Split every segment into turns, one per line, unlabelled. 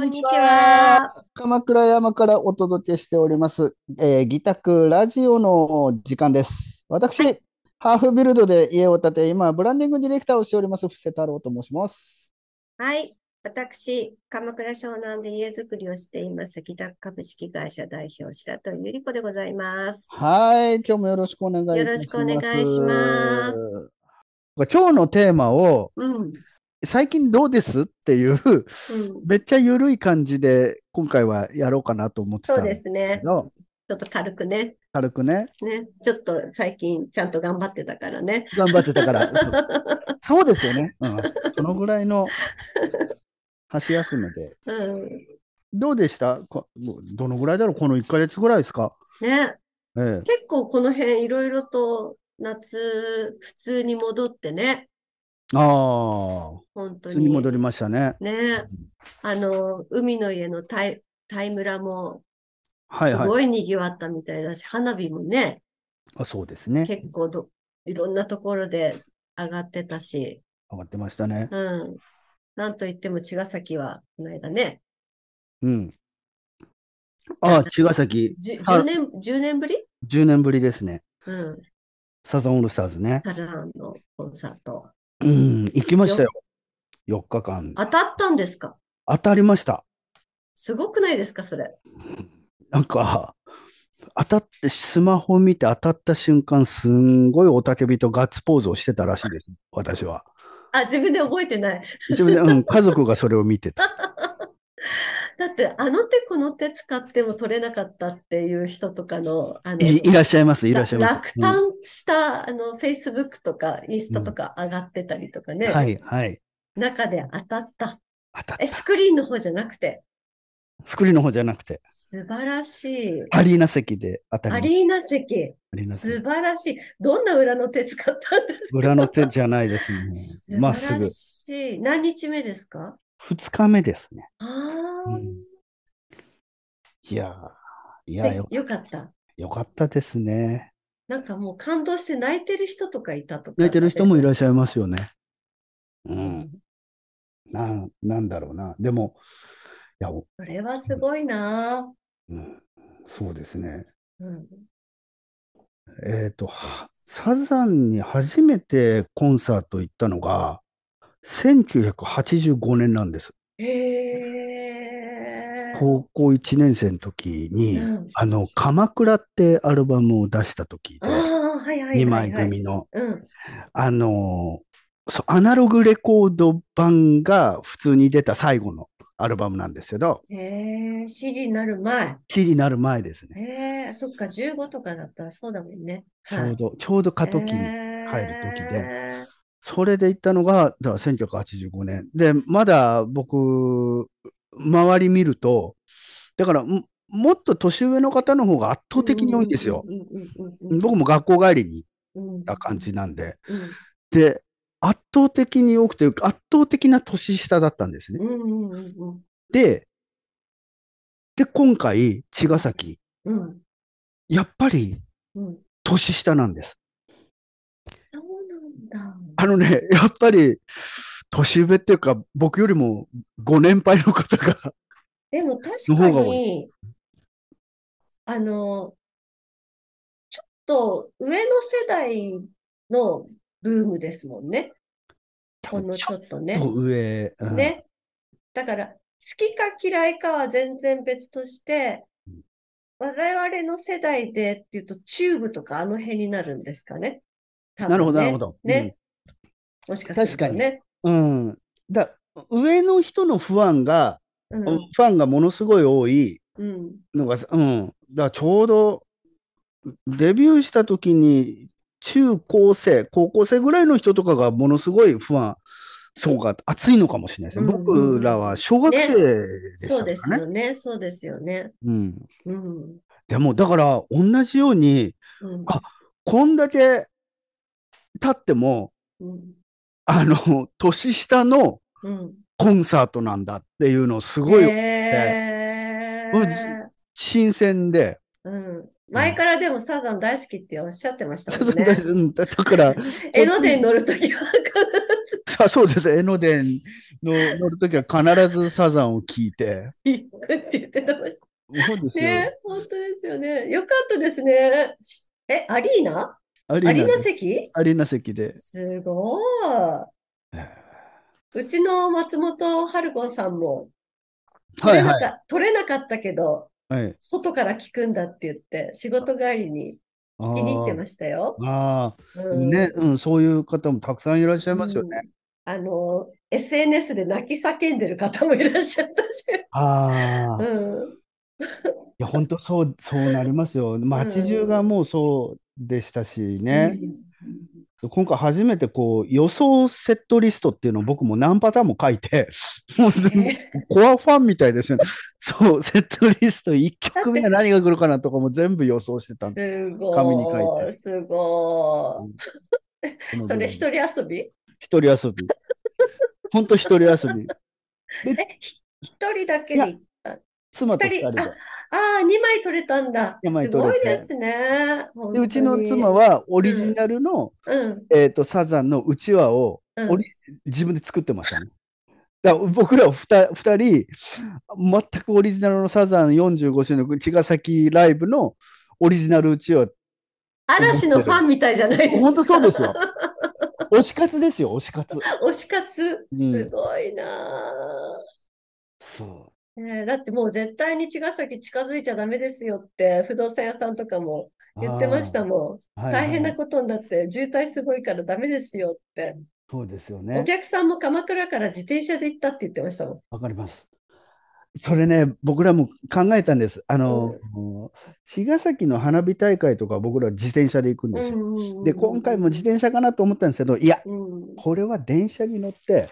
にちは。
鎌倉山からお届けしております、えー、ギタクラジオの時間です。私、ハーフビルドで家を建て、今、ブランディングディレクターをしております、布施太郎と申します。
はい。私、鎌倉湘南で家づくりをしています、ギタ株式会社代表、白鳥ゆり子でございます。
はい、今日もよろしくお願いいたします。
よろしくお願いしま
今日のテーマを、
うん。うん。
最近どうですっていう、めっちゃ緩い感じで、今回はやろうかなと思って
そ
た
うんで
です
すね
け。ど、
ちょっと軽くね。
軽くね、
ね。ちょっと最近ちゃんと頑張ってたからね。
頑張ってたから。そうですよね。うん。そのぐらいの箸休めで。
うん。
どうでしたこどのぐらいだろうこの1ヶ月ぐらいですか
ね。
ええ。
結構この辺いろいろと夏、普通に戻ってね。
ああ、
本当
普通に
に。
戻りましたね。
ね。あの、海の家のタイ、タイ村も、
はい
す
はい。
ごい賑わったみたいだし、花火もね、
あそうですね。
結構ど、いろんなところで上がってたし、
上がってましたね。
うん。なんといっても茅ヶ崎は、この間ね、
うん。ああ、茅ヶ崎、
じゅ
あ
10, 年、10年ぶり
10年ぶりですね。
うん。
サザンオールスターズね。
サザンのコンサート。
うん、行きましたよ。4日間。
当たったんですか
当たりました。
すごくないですかそれ。
なんか、当たって、スマホ見て当たった瞬間、すんごい雄たけびとガッツポーズをしてたらしいです、私は。
あ、自分で覚えてない。
自分で、うん、家族がそれを見て た。
だって、あの手この手使っても取れなかったっていう人とかの、あの、
いいらっしゃいます、いらっしゃいます。
落胆した、あの、Facebook とか、インスタとか上がってたりとかね、
うんはい、はい。
中で当たった。
当たっ
え、
た。
スクリーンの方じゃなくて、
スクリーンの方じゃなくて、
素晴らしい。
アリーナ席で当たり
ア
ました
リーナ席、
アリーナ
素
席。
晴らしい。どんな裏の手使ったんですか
裏の手じゃないです
素
ね。
晴
ま
ら
っすぐ。
しい。何日目ですか
2日目ですね。
あ
う
あ、
んいやー、いや
で
よ、
よかった。
よかったですね。
なんかもう感動して泣いてる人とかいたとか。
泣いてる人もい
る。
らっしゃいますよね。う。
うんん。
なん、なんだろうな。でも、いや、お
それはすごいな。
うん、そうですね。
うん。
えっと、はサザンに初めてコンサート行ったのが、1985年なんです。
へえ。
高校1年生の時に、
うん
あの、鎌倉ってアルバムを出した時
あ、
で
あ、はいはいはい、はい。
2枚組の、
うん。
あのーそうアナログレコード版が普通に出た最後のアルバムなんですけど、
へえ、CD になる前。
CD になる前ですね。
へえ、そっか、15とかだったらそうだもんね。
ちょ
は
う
い。
ど、ちょうど過渡期に。入る時でそれで行ったのが、だから1985年。で、まだ僕、周り見ると、だからも、もっと年上の方の方が圧倒的に多いんですよ。
うんうんうんうん
僕も学校帰りに行っ
うんうん
た感じなんで。
うん
で、圧倒的に多くて、圧倒的な年下だったんですね。
うんうんうん
で、で、今回、茅ヶ崎、
うん
やっぱり
うん
年下なんです。
そうなんだ。
あのね、やっぱり、年上っていうか、僕よりもご年配の方が、
でも確
の
か
方が多
に、あの、ちょっと上の世代のブームですもんね。ほんのちょっとね。
そう上、うん
ね。だから、好きか嫌いかは全然別として、我々の世代でっていうと、チューブとかあの辺になるんですかね。多
なるほ
分
ど、な
ね
るほど。
ね。もしかすると
確かに
ね。
うん。うん。だ、上の人のファンが、
うん
ファンがものすごい多い
うん。
のが、うん。だからちょうど、デビューした時に、中高生、高校生ぐらいの人とかがものすごい不安層が厚いのかもしれないですね。
うんうんうん
僕らは小学生でし
そ
た
う
か
です
らね。
よね。そうですよね。
うん。
うん。
でも、だから、同じように、
うん
あこんだけ経っても、
うん。
あの、年下の
うん。
コンサートなんだっていうのすごい
へー
うん新鮮で、
うん。前からでもサザン大好きっておっしゃってましたもんね。
うん だだから、
江ノ電乗るときは必ず
あそうです。江ノ電の乗るときは必ずサザンを聞いて。
行くって言ってました。
そうですよ。
ね、本当ですよね。よかったですね。え、アリーナ
アリ
アリ
ー
ー
ナ
ナ
席。
席
アリーナ席で。
すごい。うちの松本春子さんも、取
はい
れな
は
か取れなかったけど、
い。はい、
外から聞くんだって言って、仕事帰りに
あ
聞きに行って
ー
ましたよ。
あー、
うん
ね、うん、そういう方もたくさんいらっしゃいますよね。
うんあの、SNS で泣き叫んでる方もいらっしゃったし。
ああ、い
うん。
や、本当そう、そうなりますよ。街中がもうそうでしたしね。今回初めてこう、予想セットリストっていうのを僕も何パターンも書いて、もう
う
全
ん。
部コアファンみたいですよね。 そう、セットリスト1曲目が何が来るかなとかも全部予想して たんです
ごい。
紙に書いて
すご
この
い。それ一人遊び
一人遊び。ほんと一人遊び。
え、ひ一人だけに
いや妻と二人で。
ああ、2枚取れたんだ。
二枚
すご
取れ
い
て
ですね。
で、うちの妻
は、
はオリジナルの、
うん、
えっと、サザンのうちわを
うん
オリ自分で作ってましたね。だから僕ら二二人、全くオリジナルのサザン45周年の茅ヶ崎ライブのオリジナルうちわ。
嵐のファンみたいじゃないですか。
本当そうですよ。推し活ですよ、推し活。
推し活
う、ん
すごいな
そ
あ、
う。
ねえだってもう絶対に茅ヶ崎近づいちゃダメですよって、不動産屋さんとかも言ってましたもん。
あー。はい
大変
はい
なことになって、渋滞すごいからダメですよって。
そうですよ
お
ね。
客さんも鎌倉から自転車で行ったって言ってましたもん。
わかります。それね、僕らも考えたんです。あの、茅ヶ崎の花火大会とか僕ら自転車で行くんですよ。
うんうんうんうん
で、今回も自転車かなと思ったんですけど、いや、
うん、うん、
これは電車に乗って、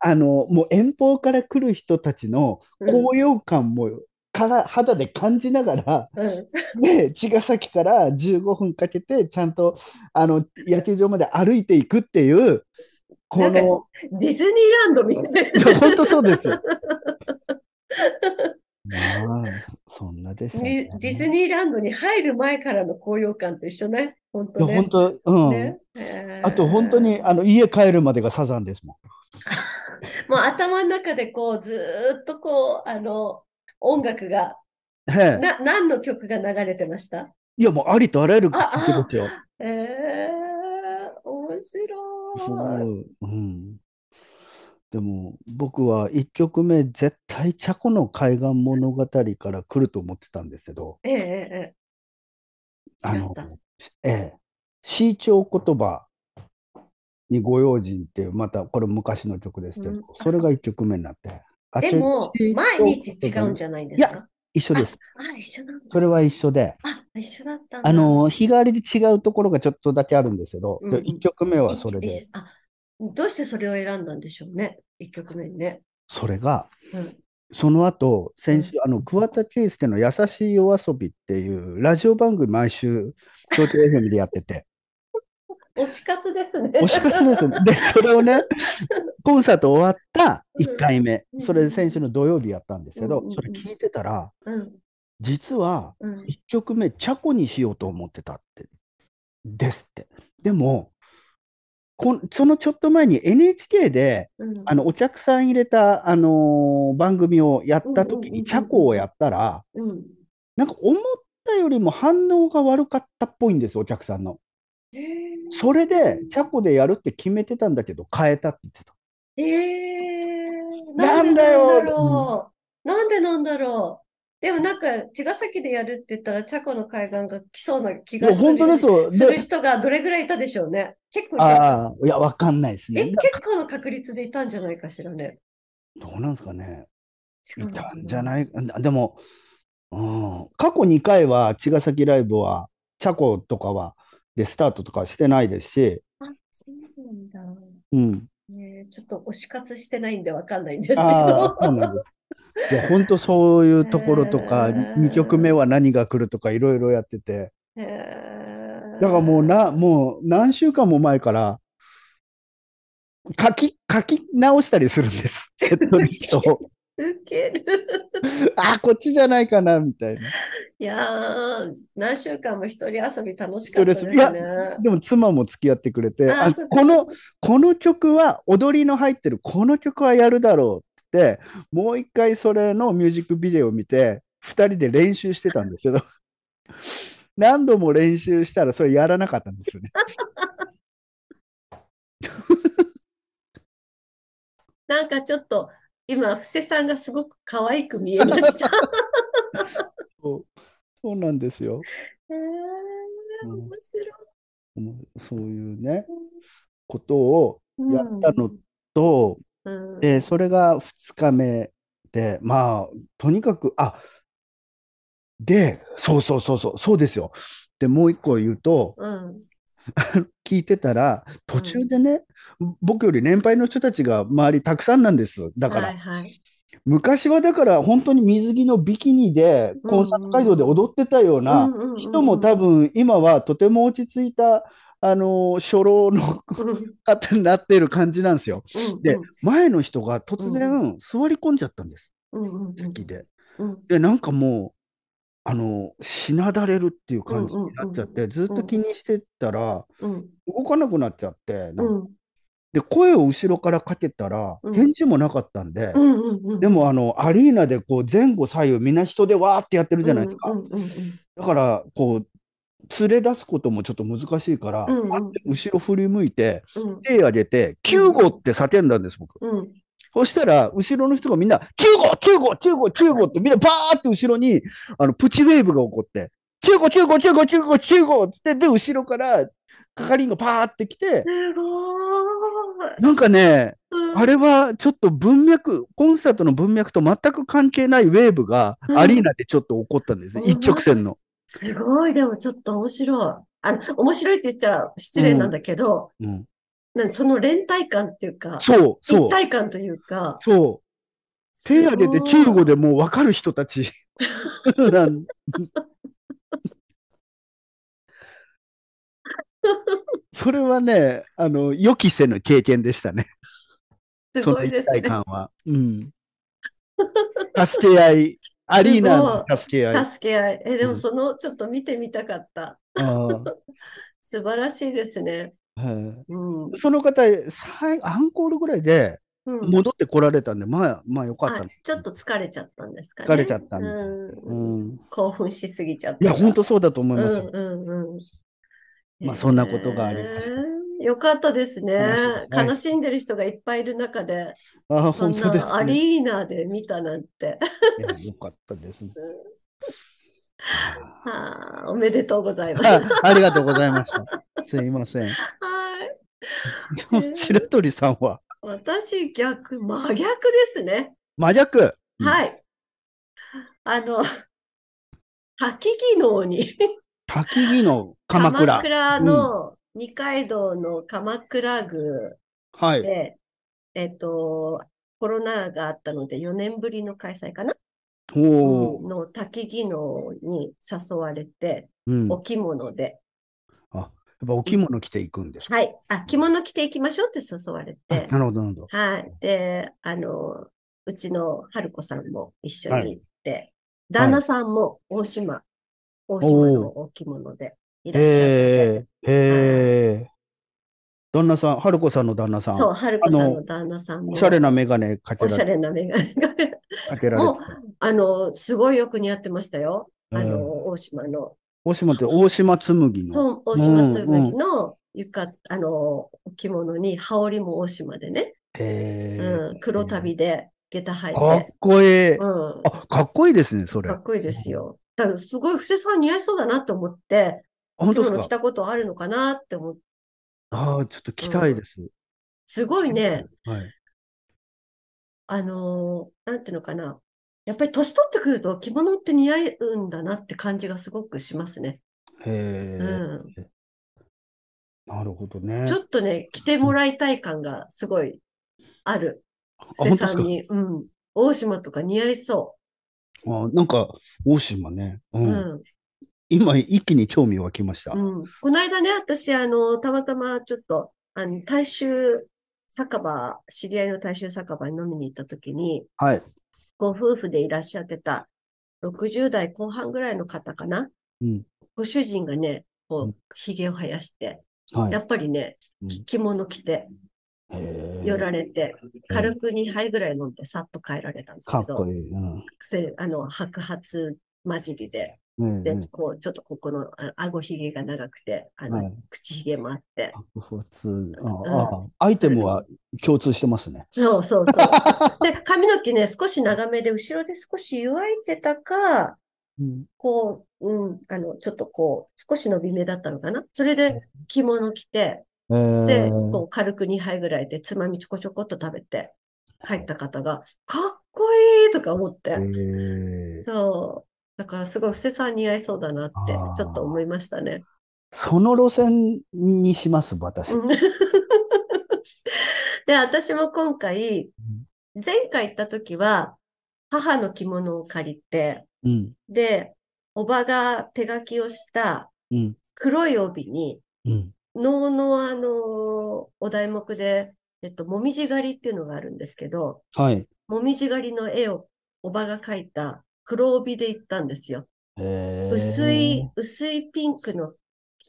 あの、もう遠方から来る人たちの
うん
高揚感も、から肌で感じな がら、
うん。
で、茅ヶ崎から15分かけて、ちゃんと、あの、野球場まで歩いていくっていう、こ
なん
の、
ディズニーランドみたい
い
な。
や、本当そうで すよ。まあ、そんなでし
デ
たね。
ィディズニーランドに入る前からの高揚感と一緒ね。本
い
当
や、
ね。
本当、うん。
ねえー
あと、本当に、あの、家帰るまでがサザンですも
もう頭の中でこう、ずーっとこう、あの、音楽が、
ん。へえ。
な、何の曲が流れてました
いや、もう、ありとあらゆる曲
ああ
ですよ。
ええー、面白い。
そううん。でも、僕は1曲目、絶対、チャコの海岸物語から来ると思ってたんですけど、
えええ
あの
違っ、
ええ、シーチョー言葉にご用心っていう、またこれ昔の曲ですけど、
うん
それが1曲目になって。あ
えええ。でも、毎日違うん
ゃ
じゃないですか。
一緒です。
あ、一緒なんだ。
それは一緒で、
あ、一緒だったんだ。
あの、日替わりで違うところがちょっとだけあるんですけど、
うん
で1曲目はそれ
い
で、
いあ、どうしてそれを選んだんでしょうね。一曲目にね。
それが、
うん
その後、先週、あの、桑田佳祐の優しい夜遊びっていうラジオ番組毎週、東京 FM でやってて、
推し活ですね。
おし活ですね。で、それを ね、コンサート終わった1回目
う、ん
それ先週の土曜日やったんですけ
うん
ど
うん、うん
それ聞いてた ら、
うん、
実は
うん。
1曲目、チャコにしようと思ってたって、ですって。でも、こんそのちょっと前に NHK で、
うん
あの、お客さん入れた、あのー番組をやった時
うんうんうんうん
に、チャコをやったら、
うん。
なんか思ったよりも反応が悪かったっぽいんです、お客さんの。
へー
それで、チャコでやるって決めてたんだけど、変えたって言ってた。
えー、な
なんん
で
だ
なんだ
よ
ろう。なんでなんだろう。でもなんか、茅ヶ崎でやるって言ったら、チャコの海岸が来そうな気
い
が
や、
する
本当ですよ。
する
で、
人がどれぐらいいたでしょうね。結構いた。
ああ、いや、わかんないです
え、
ね。
結構の確率でいたんじゃないかしらね。
どうなんですかね。
チ
い
ャコの
た
海
ん
岸
じゃないでも、うん、過去2回は、茅ヶ崎ライブは、チャコとかは、で、スタートとかしてないですし、
あ、そうなんだ。
うん。
ね、ちょっと推し活してないんでわかんないんですけ
ああ、
ど。
そうなんです。いや、本当そういうところとか、
へー
2曲目は何が来るとか、いろいろやってて。
へー
だからもうな、もう何週間も前から、書き、書き直したりするんです。セットリストを。
ウケる。
あ、こっちじゃないかな、みたいな。
いやー、何週間も一人遊び楽しかったですね。
いやでも妻も付き合ってくれて、
あ
あ
そうか
この、この曲は、踊りの入ってるこの曲はやるだろうって、もう一回それのミュージックビデオを見て、二人で練習してたんですけど、 何度も練習したらそれやらなかったんですよね。
なんかちょっと、今、布施さんがすごく可愛く見えま した。
そうそうなんですよ。
へー
うん
面白い。
もうそういうね、ことをやったのと、
うん
で、それが2日目で、まあ、とにかく、あ、で、そうそうそうそう、そうですよ。で、もう一個言うと、
うん。
聞いてたら、途中でね、僕より年配の人たちが周りたくさんなんです。だから、
はいはい。
昔はだから本当に水着のビキニで、コンサート会場で踊ってたような
うんうんうんうん
人も多分、今はとても落ち着いた、あの、初老の
うんうん
方になってる感じなんですよ。
うん
で、前の人が突然座り込んじゃったんです。
うんうんうん
席で。
うん
で、なんかもう、あの、しなだれるっていう感じになっちゃっ
うんうんう
て、
ん
ずっと気にしてたら、
うん
動かなくなっちゃって、なんか
うん
で、声を後ろからかけたら
う、ん
返事もなかったんで
う、んうんうん
でも、あの、アリーナでこう前後左右みんな人でわーってやってるじゃないです
う
か。
んうんうんうん
だから、こう、連れ出すこともちょっと難しいから、
うんうん
パッて後ろ振り向いて、
うん
手上げて、9号って叫んだんです、僕。
うん
そしたら、後ろの人がみんな、9号、9号、9号、9号ってみんなバーって後ろに、あの、プチウェーブが起こって、9号、9号、9号、9号、9号っつって、で、後ろから、係員がパーって来て、
すごーい。
なんかね、
うん
あれはちょっと文脈、コンサートの文脈と全く関係ないウェーブが
う、ん
アリーナでちょっと起こったんですね。
うん
一直線の。
すごい、でもちょっと面白い。あの、面白いって言っちゃ失礼なんだけど、
うん、
なんその連帯感っていうか、
そう、そ
一
う、
体感というか、
そう。手上げて
す
中
ご
国
い
でもう分かる人たちなん。それはね、あの、予期せぬ経験でしたね。
す
そ
ご
の
いで
一
すね
体感は。うん。助け合い。アリーナの助け合い。あ
助け合い。え、で
う
も
ん
その、ちょっと見てみたかった。
ー
素晴らしいですね。
は
うん。
いその方、最アンコールぐらいで
うん
戻ってこられたんで、まあ、まあよかった
あ
ね。
ちょっと疲れちゃったんですかね。
疲れちゃったんで
うん。
うん。い
興奮しすぎちゃった。
や、本当そうだと思いますよ。
うんうんうん。
まあそんなことがありました
えーよかったですね。
はい
悲しんでる人がいっぱいいる中で、
ああ、
こん
本当です、
なア
ね。
リーナで見たなん て。
いやよかったです、ね。
はあおめでとうござ います。は
あありがとうございました。すいません。
い。
白鳥さんは
私、逆、真逆ですね。
真逆。うん
はい。あの、多機能に
滝木の鎌倉。
の二階堂の鎌倉宮
はい。
で、えっと、コロナがあったので4年ぶりの開催かな
おお。
の滝技能に誘われて、
うん。やっ
お着物で、
ぱお着物着ていくんですか。
はい、あ、着物着ていきましょうって誘われて
あ、なるほど、なるほど。
はい。で、あの、うちの春子さんも一緒
はい
に行って、旦那さんも大島、大島のお着物でいらっしゃって、
へえ。へえ。旦那さん、春子さんの旦那さん。
そう、春子さ
あ
ん
の
の旦那さんも
おしゃれな眼鏡かけ
おしゃ
られ
れな眼鏡が、
かけられ
もう
てた。、
あの、すごいよく似合ってましたよ。あ
えー
の、大島の、
大島って大島紬の。
そう、大島紬の床、あの、着物に、羽織も大島でね、
へえ。
うん、黒旅で、下駄履い、
かってこいい。
うん、
あ、かっこいいですね、それ
か。っこいいですよ。だからすごい布施さん似合いそうだなと思って、
本当
今
で
日
す
の
か
着。たことあるのかなって思って、
ああ、ちょっと着たいです。
すごいね、
はい。
あのーなんていうのかな。やっぱり年取ってくると着物って似合うんだなって感じがすごくしますね。
へ
う
え。
ん。
なるほどね。
ちょっとね、着てもらいたい感がすごいある。
あ
布施
本当
さんに。うん。大島とか似合いそ
ですかあなんか、大島ね、う
う。
ん
うん。
今、一気に興味湧きました。
うん。この間ね、私、あの、たまたまちょっと、あの、大衆酒場、知り合いの大衆酒場に飲みに行った時に、
はい。
ご夫婦でいらっしゃってた60代後半ぐらいの方かな。
うん
ご主人がね、
う
こ
ん
う、髭を生やして、
はい
やっぱりね
うん、
着物着て、
へー
寄られて、軽く2杯ぐらい飲んで、さっと帰られたんですけ
かっ
ど、
こいい。うん
せあの白髪混じりで、
うん
で
うん、
こう、ちょっとここの、あ顎ひげが長くて、あの、
はい
口ひげもあって。
普通ああアイテムは共通してますね。
そう そうそう。で、髪の毛ね、少し長めで、後ろで少し湯わいてたか、
うん
こう、うん、あの、ちょっとこう、少し伸び目だったのかな。それで着物着て、
えー
で、こう、軽く2杯ぐらいで、つまみちょこちょこっと食べて、帰った方が、かっこいいとか思っ
え
て。
ー
そう。だから、すごい、布施さん似合いそうだなって
あー、
ちょっと思いましたね。
その路線にします、私。
うん で、私も今回、前回行った時は、母の着物を借りて、
うん。
で、おばが手書きをした
うん。
黒い帯に、
うん。
能のあの、お題目で、えっと、もみじ狩りっていうのがあるんですけど、
はい。
もみじ狩りの絵をおばが描いた黒帯で行ったんですよ。
えー
薄い、薄いピンクの、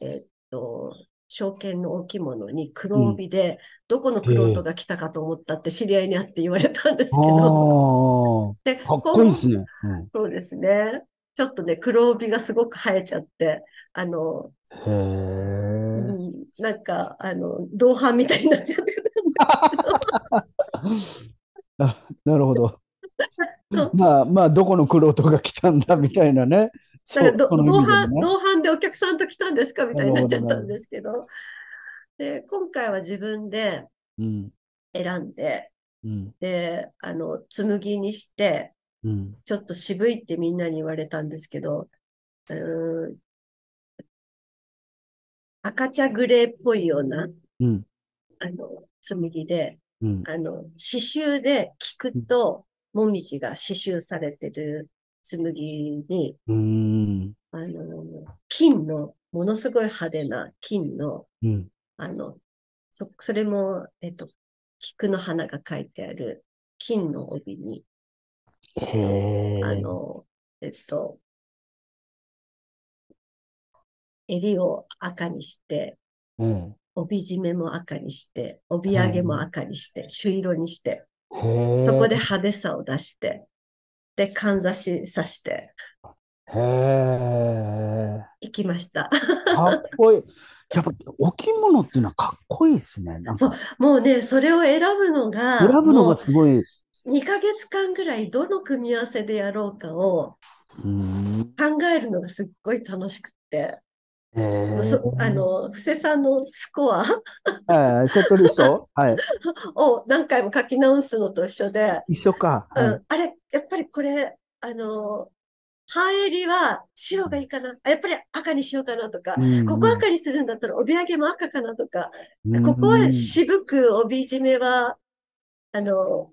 えっと、証券の大きいものに黒帯で、どこの黒人が来たかと思ったって知り合いに会って言われたんですけ
あ
ど、 で、
ーかっこいいですね。うん
そうですね。ちょっとね、黒帯がすごく生えちゃって、あの、
へー
うんなんか、あの、同伴みたいになっちゃって
なるほど
そう。
まあまあ、どこの玄人が来たんだみたいなね。
た、
そう
だからど
その
同
意
伴、
味でもね。
同伴でお客さんと来たんですかみたいになっちゃったんですけど、で、今回は自分で
うん。
選んで、
うん。
で、あの、紬にして、
うん。
ちょっと渋いってみんなに言われたんですけど、うーん、赤茶グレーっぽいような、
うん。
あの、紬で、
うん。
あの、刺繍で菊ともみじが刺繍されてる紬に、
うん。
あの、金の、ものすごい派手な金の、
うん。
あの、そ、それも、えっと、菊の花が書いてある金の帯に、
へ
あ
え。
の、えっと、襟を赤にして、
うん
帯締めも赤にして、帯揚げも赤にして、朱色にして、
へえ。
そこで派手さを出して、で、かんざし刺して、
へえ。
行きました。
かっこいい。やっぱ、お着物っていうのはかっこいいですね。なんか、
もうね、それを選ぶのが、
選ぶの
も
がすごい。う
う2ヶ月間ぐらいどの組み合わせでやろうかを
ーん。
考えるのがすっごい楽しくって、
へえ。
そあの、布施さんのスコア
はいセットリストはい。
を何回も書き直すのと一緒で、
一緒か。
う
はい
ん、あれ、やっぱりこれ、あのー、半襟は白がいいかな。あやっぱり赤にしようかなとか、
うん
ここ赤にするんだったら帯揚げも赤かなとか、
うん
ここは渋く帯締めは、あの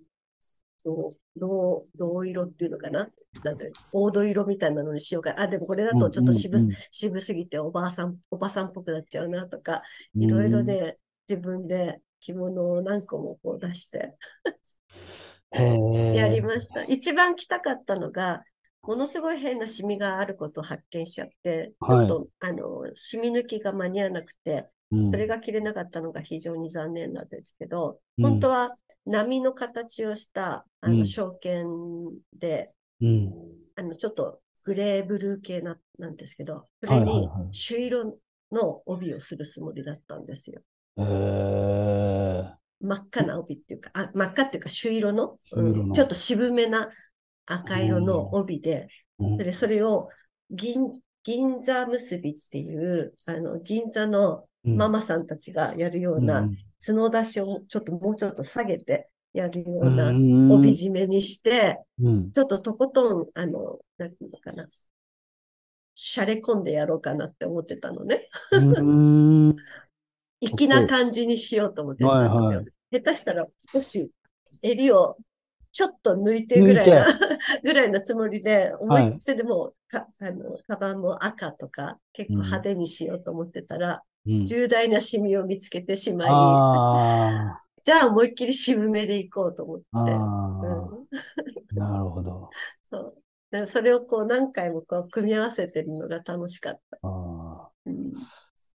ー、どう、どう、どう色っていうのかな。なんていう黄土色みたいなのにしようかな。あ、でもこれだとちょっと渋す、渋すぎておばあさん、おばさんっぽくなっちゃうなとか、いろいろ。ね、自分で着物を何個もこう出して、
うんへえ。
やりました。一番来たかったのが、ものすごい変なシミがあることを発見しちゃって、ち
は
ょ
い
っと、あの、シミ抜きが間に合わなくて、
うん
それが切れなかったのが非常に残念なんですけど、
うん
本当は波の形をした、あ
うん
の、証券で、
うん。
あの、ちょっとグレーブルー系な、なんですけど、そ
はい
れ
はいはい
に、朱色の帯をするつもりだったんですよ。
へえ。
真っ赤な帯っていうか、あ、真っ赤っていうか、朱色の、う
朱色
ん、
の
ちょっと渋めな赤色の帯で、
うん
で、それを銀、銀座結びっていう、あの、銀座のママさんたちがやるよう
う、
なん角出しをちょっともうちょっと下げてやるよう
う
なん帯締めにして、
うん。
ちょっととことん、あの、なんていうのかな、洒落込んでやろうかなって思ってたのね。
うん。
粋な感じにしようと思ってたんですよ。
はいは
下手したら少し襟をちょっと抜いてぐらいな、ぐらいなつもりで、思いっきりでもうか、あの、カバンも赤とか、結構派手にしようと思ってたら、
うん
重大なシミを見つけてしまい、
ああ。
じゃあ思いっきり渋めでいこうと思って。
あ
うん
あ、なるほど。
そう。だからそれをこう何回もこう組み合わせてるのが楽しかった。
あー
うん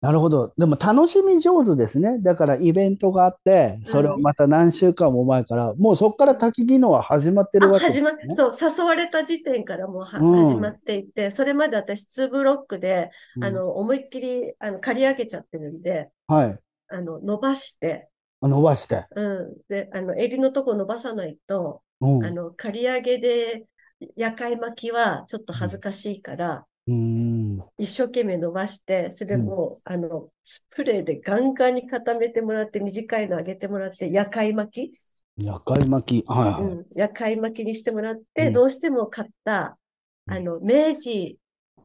なるほど。でも楽しみ上手ですね。だからイベントがあって、それをまた何週間も前から、もうそこから滝技能は始まってる
あ
わけです
始
ね。
まっそう、誘われた時点からもうは
うん
始まっていて、それまで私、ツーブロックで、あ
うん
の、思いっきり、あの、刈り上げちゃってるんで、
はい。
あの、伸ばして、
伸ばして。
うん。で、あの、襟のとこ伸ばさないと、
うん。
あ
う
の、刈り上げで、夜会巻きはちょっと恥ずかしいから、
ーん。
一生懸命伸ばして、それでもう、あの、スプレーでガンガンに固めてもらって、短いの上げてもらって、夜会巻き
夜会巻き。はいはい。
うん、夜会巻きにしてもらっ
う
て、
ん
どうしても買った、
うん
あの、明治、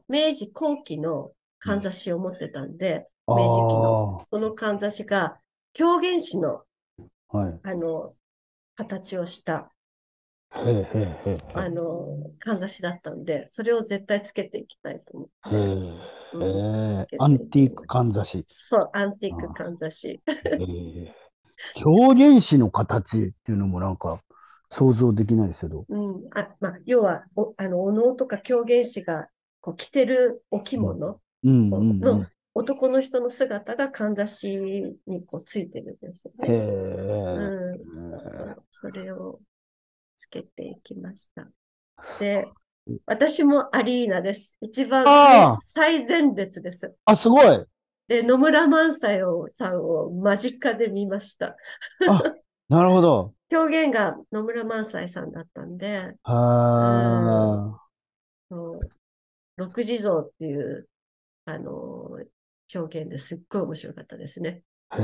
明治後期のかんざしを持ってたんで、
あ
明治期
あ。
そのかんざしが、狂言師の、
はい。
あの、形をした、
へえへえへえ
あの、かんざしだったんで、それを絶対つけていきたいと思
へえ。
う。
へ
うん
え
つけて
アンティークかんざし。
そう、アンティークかんざし。
ええ狂言師の形っていうのもなんか想像できないですけど。
うん。あ、まあ、要は、お、あの、お能とか狂言師が、こう、着てるお着物。
うんうん、う
の
ん。
男の人の姿がかんざしにこうついてるんですよ
へ
ね。
え。
うん、そうそれをつけていきました。で、私もアリーナです。一番
あー
最前列です。
あ、すごい。
で、野村萬斎をさんを間近で見ました。
なるほど。
表現が野村萬斎さんだったんで、
は
そう六地蔵っていう、あの表現ですっごい面白かったですね。
あ。へ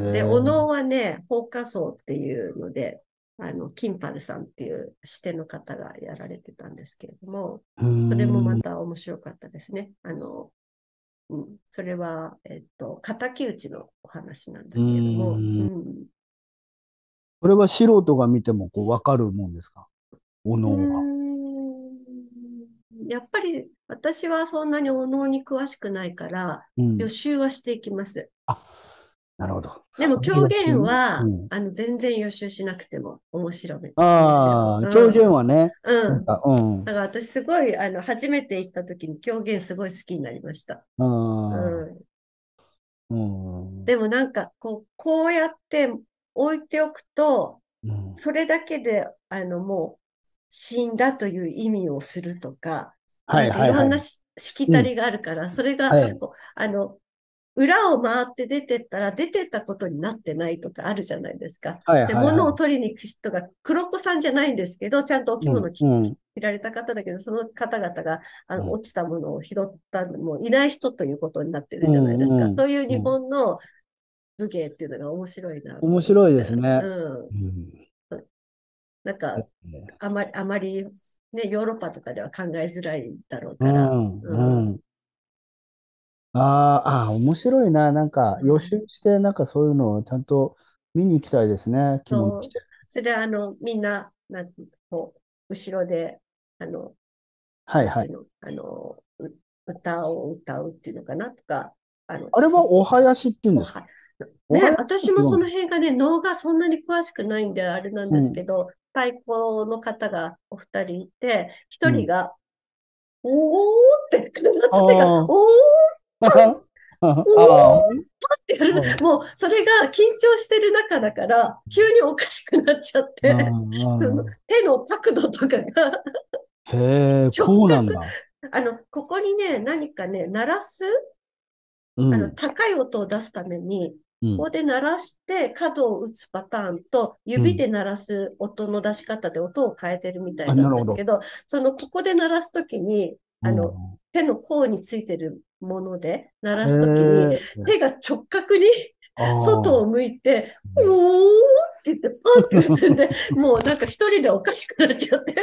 え。
で、お能はね、放火層っていうので、あの、金パルさんっていう視点の方がやられてたんですけれども、それもま
た。
た面白かったですね。あの、うん、それは、えっと、敵討ちのお話なんだけれども、
う
うんん、
それは素人が見てもこうわかるもんですかお能
う
は。
ーんやっぱり私はそんなにお能に詳しくないから、
うん
予習はしていきます。
なるほど。
でも狂言は、
うん
あの、全然予習しなくても面白い。
ああ、
面白い
狂言はね。
うん。うん
あうん。
だから私すごい、あの、初めて行った時に狂言すごい好きになりました。
あ
うん。
ーうん。
でもなんか、こう、こうやって置いておくと、
うん
それだけで、あの、もう、死んだという意味をするとか、
はい
なん
は
か
い
いろん
は。
ないししきたりがあるから、それが、
はい
こうあの、裏を回って出てったら、出てったことになってないとかあるじゃないですか。
はいはい
で、
はい
物を取りに行く人が、黒子さんじゃないんですけど、ちゃんとお着物着
うんうん
着られた方だけど、その方々があ
うん
の落ちたものを拾った、もういない人ということになってるじゃないです
うんう
か
ん。
そういう日本の武芸っていうのが面白いな。
面白いですね
うん。
うん
なんか、あまり、あまり、ね、ヨーロッパとかでは考えづらいだろう
う
から。う
ん、うん。あーあー、面白いな。なんか
うん
予習して、なんかそういうのをちゃんと見に行きたいですね。着物着て。
それで、あの、みんな、なんこう、後ろで、あの、
はいはい。
あの、う歌を歌うっていうのかなとか、あの、
あれはお囃子っていうんですかお
ね、
囃子
私もその辺がね、能がそんなに詳しくないんであれなんですけど、太鼓の方がお二人いて、一人が、おーって、手
あー
が、おー
あ
ってやる
う。
もう、それが緊張してる中だから、急におかしくなっちゃっ
ー
て、
あー、
手の角度とかが、
へえ、
直角
こうなんだ。
あの、ここにね、何かね、鳴らす、
う
あの、
ん、
高い音を出すために、
うん
ここで鳴らして角を打つパターンと、指で鳴らす音の出し方で音を変えてるみたいなんですけど、そのここで鳴らすときに、あの、手の甲についてるもので鳴らすときに、
に、
手が直角に外
を、
を向いて、
う
お
ん
ーって言って、パンって打つんで、もうなんか一人でおかしくなっちゃって、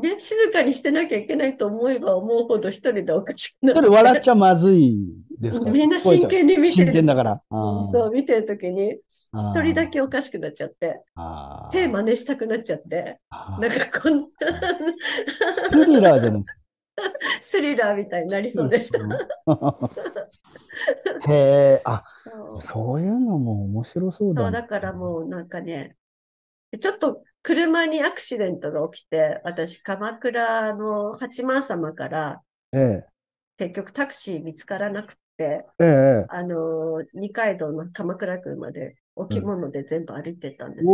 ね、静かにしてなきゃいけないと思えば思うほど一人でおかしくなっ
そ
て
れ。笑っちゃまずいですか
みんな真剣に見てる
真剣だから。あー
そう、見てるときに、
あー
一人だけおかしくなっちゃって、
あー
手真似したくなっちゃって、
あー
なんかこんな
スリラーじゃないですか。
スリラーみたいになりそうでした。
うん へえ、あ、
そう
そういうのも面白そう
そ
だ
う、
な。
だからもうなんかね、ちょっと車にアクシデントが起きて、私、鎌倉の八幡様から
ええ、
結局タクシー見つからなくて、
ええ、
あのー、二階堂の鎌倉区までお着物で全部歩いてったんですけど、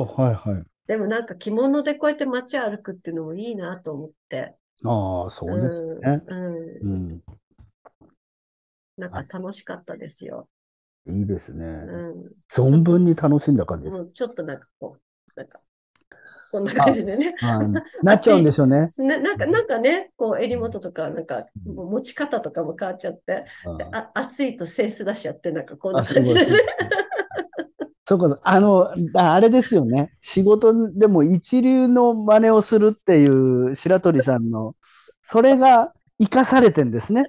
おー、はいはい。
でもなんか着物でこうやって街歩くっていうのもいいなと思って、
ああ、そうです
うん
ね。
う
うん。
ん、なんか楽しかったですよ。
いいですね。
うん
存分に楽しんだ感じで
も
す。
うちょっとなんかこう、なんか、こんな感じでね。
はいなっちゃうんでしょう ね。
な、なんか、なんかね、こう、襟元とか、なんか、もう持ち方とかも変わっちゃって、
うん
あ、暑いとセンス出しちゃって、なんかこんな
あ、す
感じ
ごい
でね。。
そうか、あの、ああれですよね。仕事でも一流の真似をするっていう白鳥さんの、それが生かされてんですね。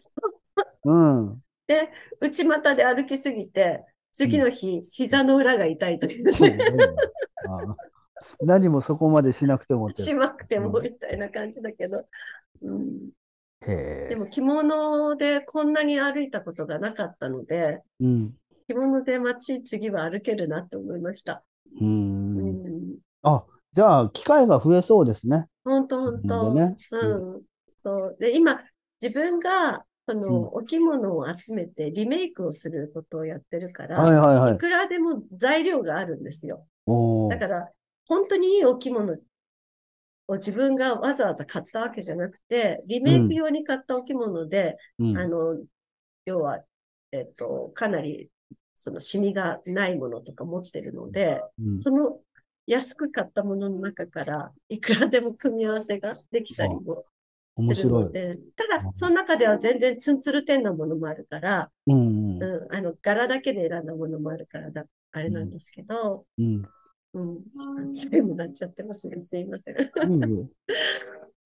うん。
内股で歩きすぎて、次の日、膝の裏が痛いという
そう
ね、
ね。ああ何もそこまでしなくてもって。
しまくてもみたいな感じだけど、うん、
へえ
でも着物でこんなに歩いたことがなかったので、
うん。
着物で街、次は歩けるなって思いました。
う。
うんん、
あ、じゃあ、機会が増えそうですね。
本当本
な
当。
んでね
うん。そう。で、今、自分が、その、お着物を集めてリメイクをすることをやってるか
はい
ら、
はいはい
い。くらでも材料があるんですよ。
お
だ
ー
から、本当にいいお着物を自分がわざわざ買ったわけじゃなくて、リメイク用に買ったお着物で、
うん
あの、要は、えっと、かなり、その、シミがないものとか持ってるので、
うん
その安く買ったものの中からいくらでも組み合わせができたりも
面
する
白
の
い。
で、ただその中では全然ツンツルテンなものもあるから、
うん
う、
うん
あの柄だけで選んだものもあるからだ、あれなんですけど、
ん。うん。
うん、 それもなっちゃってますね。すいません。
いいね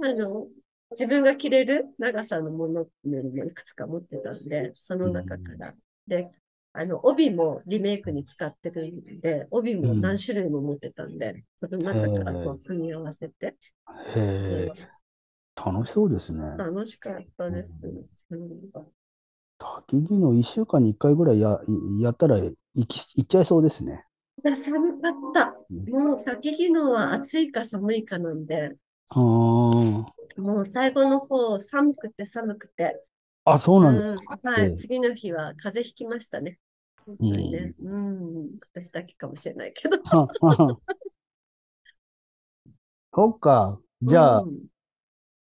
あの、自分が着れる長さのものっていうのもいくつか持ってたんで、その中から。で、あの、帯もリメイクに使ってるんで、帯も何種類も持ってたんで、その中からこう組み合わせて、
へえ。楽しそうですね。
楽しかったです。うん
焚き木の1週間に1回ぐらいややったら行き行っちゃいそうですね。
いや寒かった。もう滝技能は暑いか寒いかなんで、
あー
もう最後の方寒くて寒くて、
あ、そうなんです。
うんは
ええ
い、次の日は風邪ひきましたね。本当にね。うん、私だけかもしれないけど。
はは そっか。じゃあ、
うん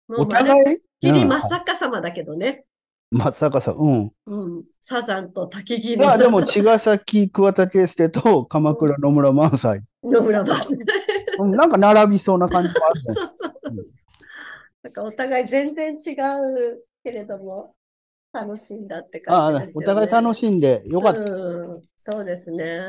も
お
うま
互
るっ
い
きり
うん
真っ逆さまだけどね。
真っ逆さ。うん。
うん、サザンと滝切り
まあでも、
の
茅ヶ崎、桑田佳祐と鎌倉、野村萬斎。
野村 バス。
うんなんか並びそうな感じもある ね
そうそうそう。なんかお互い全然違うけれども、楽しんだって感
あ
じ
あ
で、す
お
よ
互い楽
し
しんでよかった。
うん、そうですね。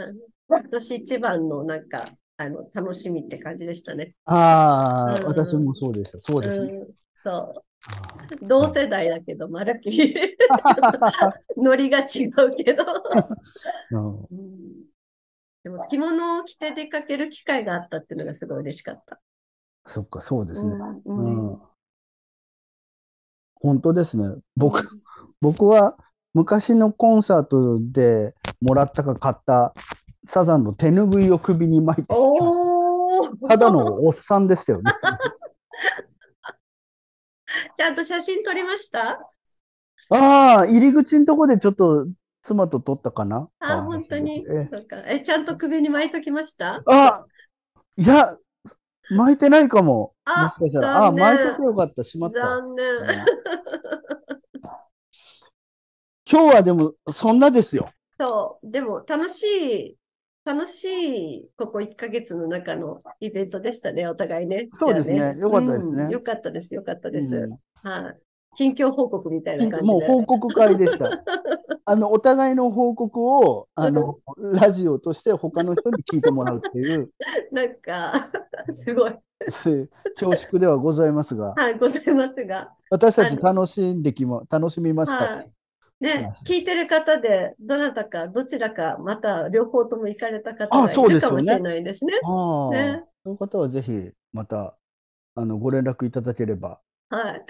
今年一番のなんか、あの、楽しみって感じでしたね。
ああ、
うん
私もそうでした。そうですね。
うん、そう。
あー
同世代だけど、まるっき りちょっとノリが違うけど。
うん
うんでも着物を着て出かける機会があったっていうのがすごい嬉しかった。
そっか、そうですね。
うんうん
うん本当ですね。僕、僕は昔のコンサートでもらったか買ったサザンの手拭いを首に巻いて、
おお
ただのおっさんでしたよ ね。
ちゃんと写真撮りました
ああ、入り口のとこでちょっと妻と撮ったかな。
あ、本当に。
ええ
そうかえ、ちゃんと首に巻いときました
あ、いや、巻いてないかも。
あ
もしかしたら、あ、
残念
巻いててよかった。しまった。
残念。
今日はでも、そんなですよ。
そう。でも楽しい、楽しい、ここ1ヶ月の中のイベントでしたね、お互いね。
そうですね
じゃあ
よかったですね
うんよかったです、よかったで
う
す
ん。
はい。近況報告みたいな感じで。
もう報告会で した。あの、お互いの報告を、あの、ラジオとして他の人に聞いてもらうっ ていう、
なんか、 すごい。
そういう恐縮ではございますが、
はい、ございますが。
私たち楽しんできま、楽しみました。
はい。ね、聞いてる方で、どなたか、どちらか、また両方とも行かれた方
あ
が
そ
いう
で
る
すよ
か
ね
もしれないですね。
ああ、
ね
そういう方はぜひ、また、あの、ご連絡いただければ。
はい。
はい、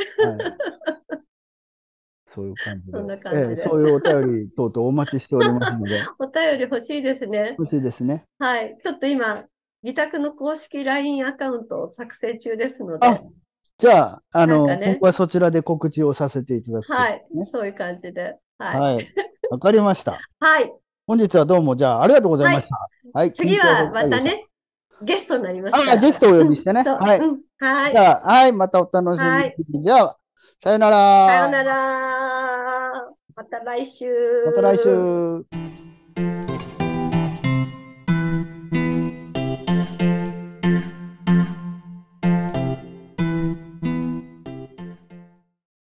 そういう感じ
そんな
で。
感じ
ええ
です
そういうお便り等々お待ちしております ので、
お便り欲しいですね。
欲しいですね。
はい。ちょっと今、自宅の公式 LINE アカウントを作成中ですので、
あじゃあ、あの、
なんかね
今後はそちらで告知をさせていただくと
はいい。
うこ
そういう感じで。
と
は
で
い。
すね。はい。わかりました。
はい。
本日はどうも、じゃあ、ありがとうございました。はい。
次はまた
緊張
ね、ゲストになります
あ
から。
ゲストをお呼びしてね
そう
はい
うんはい。
じゃあ、はい、またお楽しみに。
はい
じゃあ、さよなら。
さようなら。また来週。
また来週。